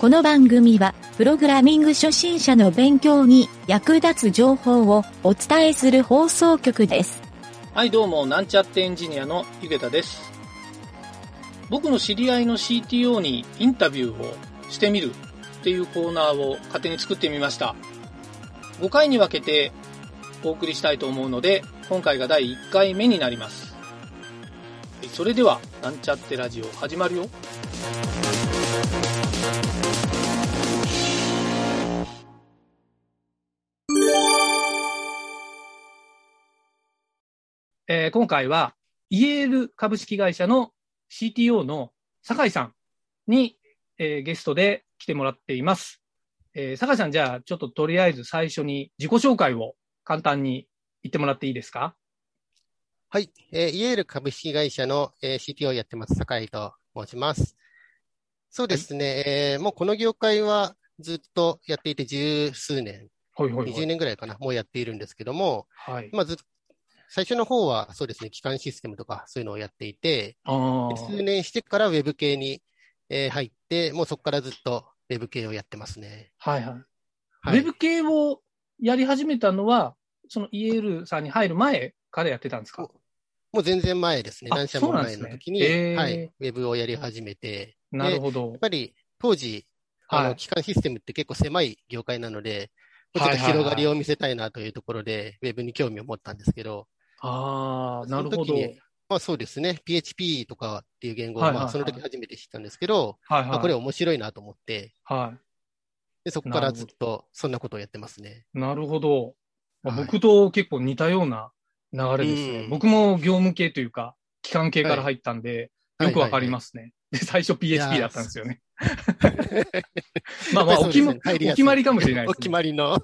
この番組は、プログラミング初心者の勉強に役立つ情報をお伝えする放送局です。はい、どうも、なんちゃってエンジニアのゆげたです。僕の知り合いの CTO にインタビューをしてみるっていうコーナーを勝手に作ってみました。5回に分けてお送りしたいと思うので、今回が第1回目になります。それでは、なんちゃってラジオ始まるよ。えー今回は、イエール株式会社の CTO の酒井さんに、えーゲストで来てもらっています。えー酒井さん、じゃあ、ちょっととりあえず最初に自己紹介を簡単に言ってもらっていいですかはい、えーイエール株式会社の、えー CTO をやってます、酒井と申します。そうですね、えーもうこの業界はずっとやっていて十数年、はいはいは20い。年ぐらいかな、もうやっているんですけども、はい、まあずっ最初の方はそうですね、基幹システムとかそういうのをやっていて、あー数年してからウェブ系に、えー入って、もうそこからずっとウェブ系をやってますね。はいはい。はい、ウェブ系をやり始めたのは、そのイエールさんに入る前からやってたんですかもう全然前ですね、あ何社もそうなんで前すねの時に、へーはい、ウェブをやり始めて、なるほどやっ。ぱり当時、あはいの、機関システムって結構狭い業界なので、もうはいちょっとはいはい広がりを見せたいなというところで、ウェブに興味を持ったんですけど、ああ、なるほその時ど。にまあそうですね、PHP とかっていう言語を、はいはいはいまあその時初めて知ったんですけど、はいまあこれは面白いなと思って、い。はいでそこからずっとそんなことをやってますね。なるほど。まあはい僕と結構似たような流れですね。うん僕も業務系というか、機関系から入ったんで、よくわかりますね。で、最初いや PHP ーだったんですよ ね。まあまあお決ます。やっぱりそうですね入りやすおい決まりかもしれないですねお決まりの。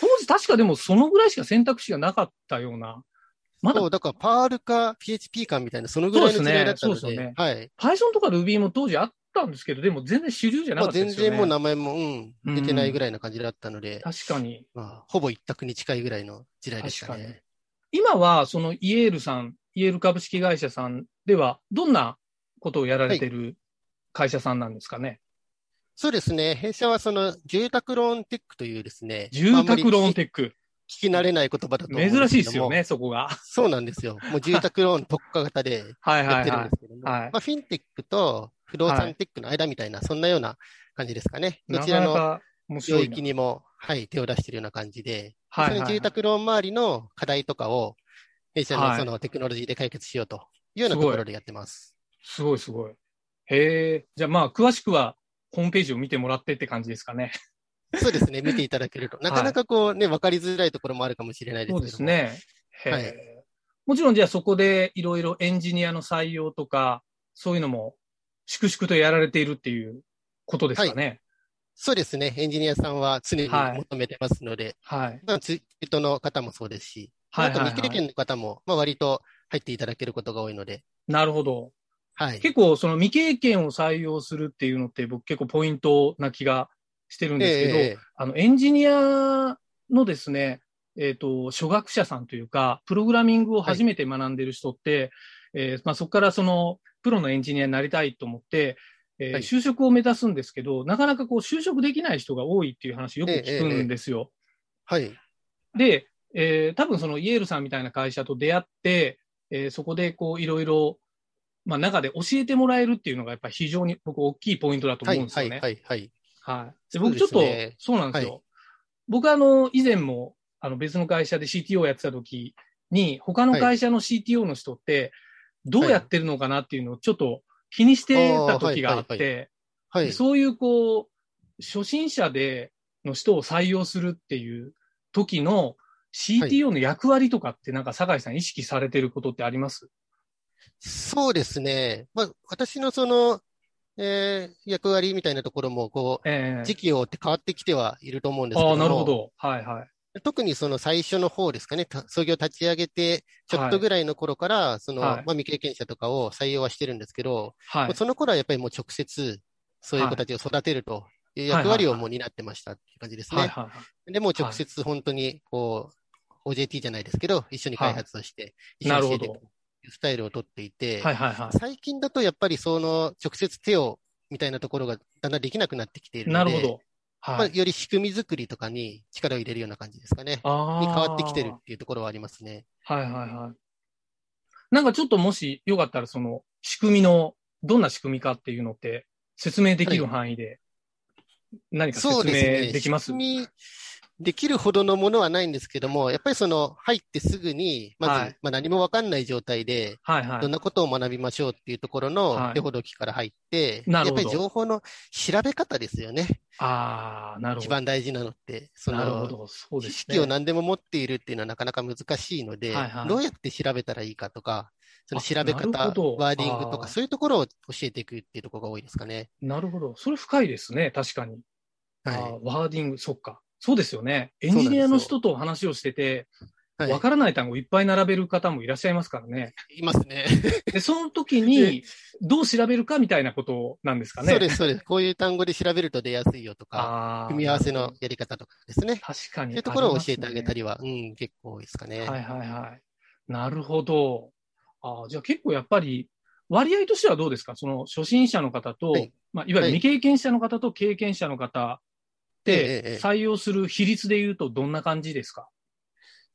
当時確かでもそのぐらいしか選択肢がなかったような。まだそう、だからパールか PHP かみたいな、そのぐらいの時代だったので、そうですねはい。 Python とか Ruby も当時あったんですけど、でも全然主流じゃなまかあったで全すよ然もうね。名前も、うん、出てないぐらいな感じだったので、確かに。まあほぼ一択に近いぐらいの時代でした確かにね。今はそのイエールさん、イエール株式会社さんでは、どんなことをやられてる会社さんなんですかね。そうですね。弊社はその住宅ローンテックというですね。住宅ローンック。テック。聞き慣れない言葉だと思うん珍しいけでどすよ。もね、そこが。そうなんですよ。もう住宅ローン特化型で はいやはいってるんはでい。すけども。はいまあ、フィンテックと不動産テックの間みたいな、そんなような感じですかね。どなちからなのか面白領いな。域にも、はい、手を出してるような感じで、はいはいそはのい住宅ローン周りの課題とかを、弊社はのいそのテクノロジーで解決しようというようなところでやってます。すごいすごい。へえ。じゃあまあ、詳しくはホームページを見てもらってって感じですかね。そうですね。見ていただけると。なかなかこうね、わかりづらいところもあるかもしれないですけそうですども。ね。へえ。はいもちろんじゃあそこでいろいろエンジニアの採用とか、そういうのも粛々とやられているっていうことですかね。そうですね。エンジニアさんは常にはい求めてますので、はい。まあツイートの方もそうですし、はい。はいあと未経験の方も、まあ、割と入っていただけることが多いので、なるほど。はい。結構その未経験を採用するっていうのって僕結構ポイントな気がしてるんですけど、ええあの、エンジニアのですね、えっ、と、初学者さんというか、プログラミングを初めて学んでる人って、えーまあ、そこからその、プロのエンジニアになりたいと思って、えーはい就職を目指すんですけど、なかなかこう、就職できない人が多いっていう話よく聞くんですよ。はい。で、えー多分そのイエールさんみたいな会社と出会って、えーそこでこう、いろいろ、まあ、中で教えてもらえるっていうのがやっぱり非常に僕大きいポイントだとは思うんい。ですはよい。ね。はい。はい。はい。で、僕ちそょっうですとね、そうなんですよ。は僕あの、以前も、あの、別の会社で CTO をやってた時に、他の会社の CTO の人って、どうやってるのかなっていうのをちょっと気にしてた時があっあーはいはて、はい。そういうこう、初心者での人を採用するっていう時の CTO の役割とかってなんか酒井さん意識されてることってありますそうですね。まあ、私のその、えー役割みたいなところも、こえう、え時期を追って変わってきてはいると思うんですけあどあ、も、なるほど。はいはい。特にその最初の方ですかね、た創業立ち上げて、ちょっとぐらいの頃から、その、はいまあ、未経験者とかを採用はしてるんですけど、はいもう。その頃はやっぱりもう直接、そういう子たちを育てるという役割をもう担ってましたっていう感じですはいはいね。はい。で、もう直接本当に、こう、OJT じゃないですけど、一緒に開発をして、一緒なるに教ほえていどく。スタイルをとっていて、はいはいはい。最近だとやっぱりその直接手をみたいなところがだんだんできなくなってきているなので、るほど。まはあ、い。より仕組み作りとかに力を入れるような感じですかね。あにー変わってきてるっていうところはありますね。はいはいはい。なんかちょっともしよかったら、その仕組みの、どんな仕組みかっていうのって説明できる範囲で、何かそ説うです明ね。できます仕組みできるほどのものはないんですけども、やっぱりその入ってすぐに、まず、はいまあ、何もわかんない状態で、はいはどんい。なことを学びましょうっていうところはのい手ほどきから入って、なるやほっどぱり情報の調べ方ですよね。ああ、なるほ一ど。番大事なのって。そなるほのど。そうで知す識をね。何でも持っているっていうのはなかなか難しいので、はいはいどうやって調べたらいいかとか、そのあ調べ方、なるほどワーディングとあーか、そういうところを教えていくっていうところが多いですかね。なるほど。それ深いですね。確かに。あはい。ーワーディング、そっか。そうですよね。エうンなんですよジニアの人とお話をしてて、はいわからない単語をいっぱい並べる方もいらっしゃいますからね。いますね。で、その時に、どう調べるかみたいなことなんですかね。そうです、そうです。こういう単語で調べると出やすいよとか、あー組み合わせのやり方とかですね。確かそに。ういうところを教えてあげたりりは、うん、結構多いですかね。ますね。はいはいはい。なるほど。あーじゃあ結構やっぱり、割合としてはどうですかその初心者の方と、はいいまあ、いわゆる未経験者の方と経験者の方で、ええええ採用する比率で言うとどんな感じですか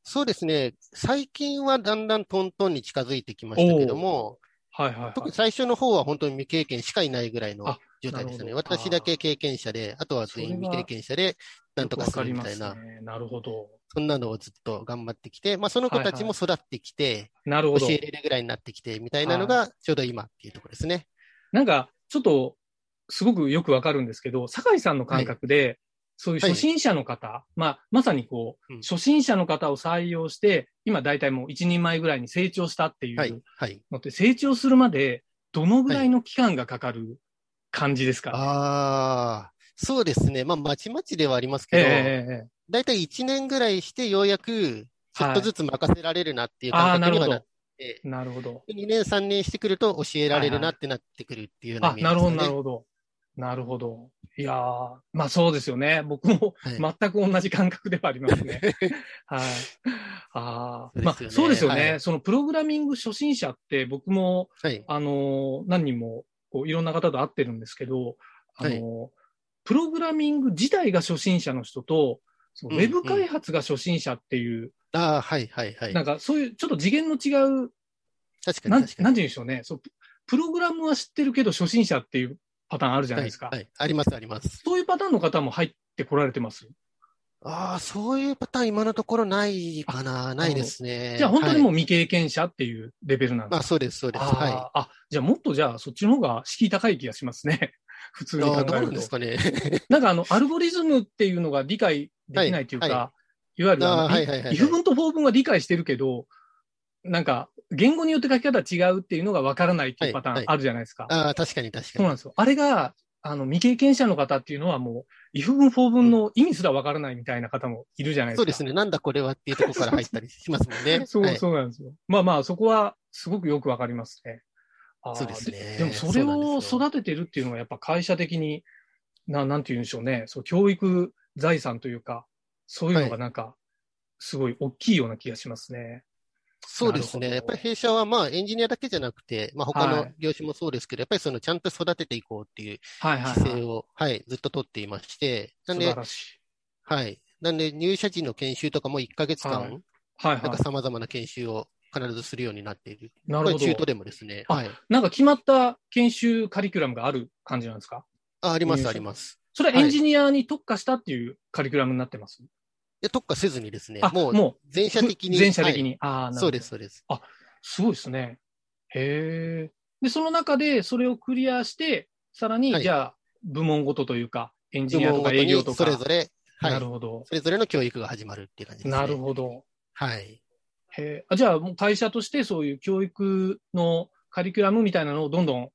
そうですね。最近はだんだんトントンに近づいてきましたけども、はいはい、はい。特に最初の方は本当に未経験しかいないぐらいのあ状態でしたね。なるほど私だけ経験者で、あとは全員未経験者で、なんとかするみたいよくわなか、りますね。なるほど。そんなのをずっと頑張ってきて、まあその子たちも育ってきて、なるほ教ど。えれるぐらいになってきて、みたいなのがちょうど今っていうところですね。なんか、ちょっと、すごくよくわかるんですけど、酒井さんの感覚で、そういう初心者の方、まあ、まさにこう、うん初心者の方を採用して、今大体もう一人前ぐらいに成長したっていはい、うはい。のって、成長するまで、どのぐらいの期間がかかる感じですか、ああ、そうですね。まあ、まちまちではありますええけど、ええええだいたい1年ぐらいしてようやく、ちょっとずつ任せられるなっていうああ、感な覚るにほはなっど。て、なるほど。 2年、3年してくると教えられるなってなってくるっていうようなあ、なるほど、なるほほど。なるほど。いやー、まあそうですよね。僕もはい全く同じ感覚ではあります ね。はい。ああ、まあそうですそうよねですよね。はいそのプログラミング初心者って僕も、ど。はい。あのー何人もこういろんな方と会ってるんですけど、あのーはプログラミング自体が初心者の人と、そのウうんェブ開発が初心者っていう、ああ、はい、はい、はい。なんかそういうちょっと次元の違う確なかに、ん、なん確てか言うんに。でしょうね。そう、プログラムは知ってるけど初心者っていうパターンあるじゃないですか。はい、はいあります、あります。そういうパターンの方も入ってこられてます。ああ、そういうパターン今のところないかな、ないですね。じゃあ本当にもうはい未経験者っていうレベルなんでますあ、か、そうです、そうです。あーはあじゃあもっとじゃあそっちの方が敷居高い気がしますね。 普通い。にあ考あ、どうえなるんと。ですかね。なんかあの、アルゴリズムっていうのが理解できないというか、はいいわはゆるああ、あの、はい、はい、はい。 if 文と for 文は理解してるけど、なんか言語によって書き方違うっていうのがわからないっていうパターンあるじゃないですか。ああ、確かに、確かそうに。なんですよ。あれが、あの、未経験者の方っていうのはもう、if 文、for 文の意味すらわからないみたいな方もいるじゃないですか。そうですね。なんだこれはっていうところから入ったりしますもん ね。そうはいそうなんですよ。まあまあ、そこはすごくよくわかりますね。あーそうですねででも、それそうなんをですよ育ててるっていうのは、やっぱ会社的に、ななんて言うんでしょうね。そう、教育財産というか、そういうのがなんか、すごい大きいような気がしますね。そうですね。なるやっほどぱり弊社はまあエンジニアだけじゃなくて、まあ他はのい業種もそうですけど、やっぱりそのちゃんと育てていこうっていうはいはい、姿は勢い。を、はい、ずっと取っていまして、なん素で晴、らしい。はい。なんで入社時の研修とかも1ヶ月はい間、はいなんはかい。様々な研修を必ずするようになっている。なこるれほ中途ど。でもですね。あはい。なんか決まった研修カリキュラムがある感じなんですかあ、あります、入社あります。それはエンジニアに特化したっていうカリキュラムになってます、いや、特化せずにですね、あ、ももうう、全社的に。全社的はい。に。ああ、なるほどそうです、。そうです。すごいですね。へえ。で、その中でそれをクリアして、さらに、はいじゃあ、部門ごとというか、エンジ部ニア門とごかと営業にとそか。れぞれ、はないる。ほど。それぞれの教育が始まるっていう感じですね。なるほど。はい。へーあじゃあ、もう会社としてそういう教育のカリキュラムみたいなのをどんどん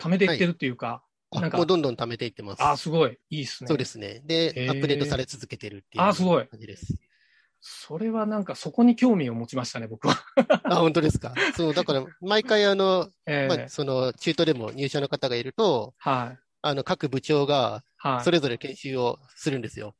貯めていってるっていうか、あなんかもうどんどん貯めていってます。ああ、すごい。いいですね。そうですね。でへ、ーアップデートされ続けてるっていうあすごい感じです。それはなんか、そこに興味を持ちましたね、僕は。あ、本当で すか。そう、だから、毎回、あの、えまあ、その、中途でも入社の方がいると、ーはい。あの、各部長が、はい。それぞれ研修をするんですよ。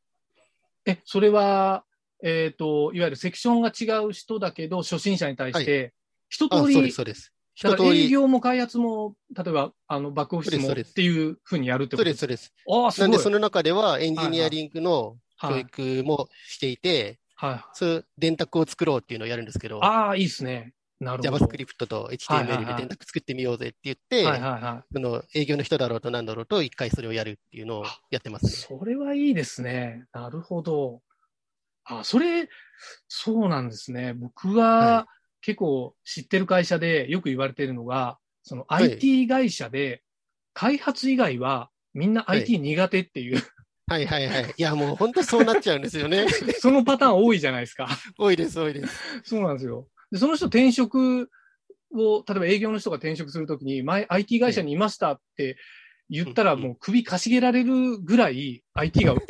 え、それは、えっ、と、いわゆるセクションが違う人だけど、初心者に対して、一通あ、そうでりす、そうです。だから一通営り。業も開発も、例えば、あの、バックオフィスもそうっですていうふうにやるってそこうとです、す。そうです。ああ、すなんごい。で、その中ではエンジニアリングのは教い、育もしていて、はい。そういう電卓を作ろうっていうのをやるんですけど、ああ、いいですね。なるほど。 JavaScript とはいはい HTML はでい電卓作ってみようぜって言っはいて、はいはその営業の人だろうと何だろうと、一回それをやるっていうのをやってまい。すね。それはいいですね。なるほど。あ、それ、そうなんですね。僕はは結構知ってる会社でよく言われてるのが、そのはい IT 会社で開発以外はみんなはい IT 苦手っていう、はいはいはい。いや、もう本当そうなっちゃうんです よね。そのパターン多いじゃないですか。多いです、多いです。そうなんですよ。で、その人転職を、例えば営業の人が転職するときに、前 IT 会社にいましたって言ったら、うんうんもう首かしげられるぐらい IT が、ま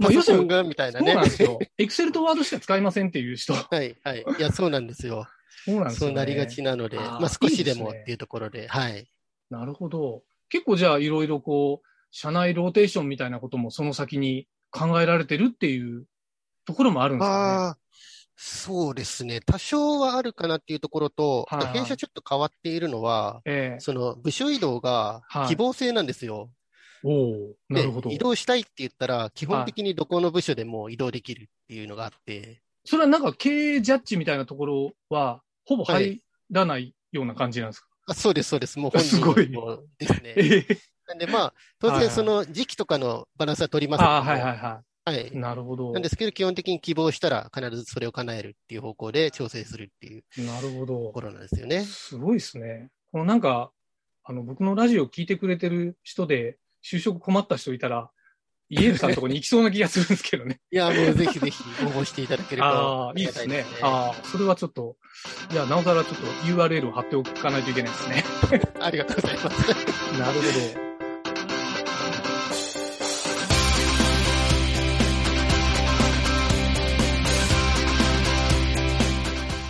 パあ、要すソるコンに、がみたいなそうねなん。ですよ。エクセルとワードしか使いませんっていう人。そはいはい。いや、そうなんですよ。うなんですそよ、うね。なりがちなので、あーまあ少しでいいもですねっていうところで、はい。なるほど。結構じゃあ、いろいろこう、社内ローテーションみたいなこともその先に考えられてるっていうところもあるんですかね。ああ、そうですね。多少はあるかなっていうところと、はいはいあと弊社ちょっと変わっているのは、ええその部署移動がはい希望制なんですよ。おおなでるほど。移動したいって言ったら、基本的にどこの部署でも移動できるっていうのがあって、それはなんか経営ジャッジみたいなところは、ほぼは入いらないような感じなんですか、あ、そうです、そうです。もう本人すごいもうですね。ええなんでまあ、当はい然はいその時期とかのバランスは取りますけどああ、はいもはいははいい。なるほど。なんですけど、基本的に希望したら必ずそれを叶えるっていう方向で調整するっていうなるほどとこ。ろなんですよね。すごいですね。このなんか、あの、僕のラジオ聞いてくれてる人で、就職困った人いたら、イエールさんのところに行きそうな気がするんですけどね。いや、もうぜひぜひ応募していただけるとあ ああ、いりいがでたすいねです。ね。ああ、それはちょっと、いや、なおさらちょっと URL を貼っておかないといけないですね。ありがとうございます。なるほど。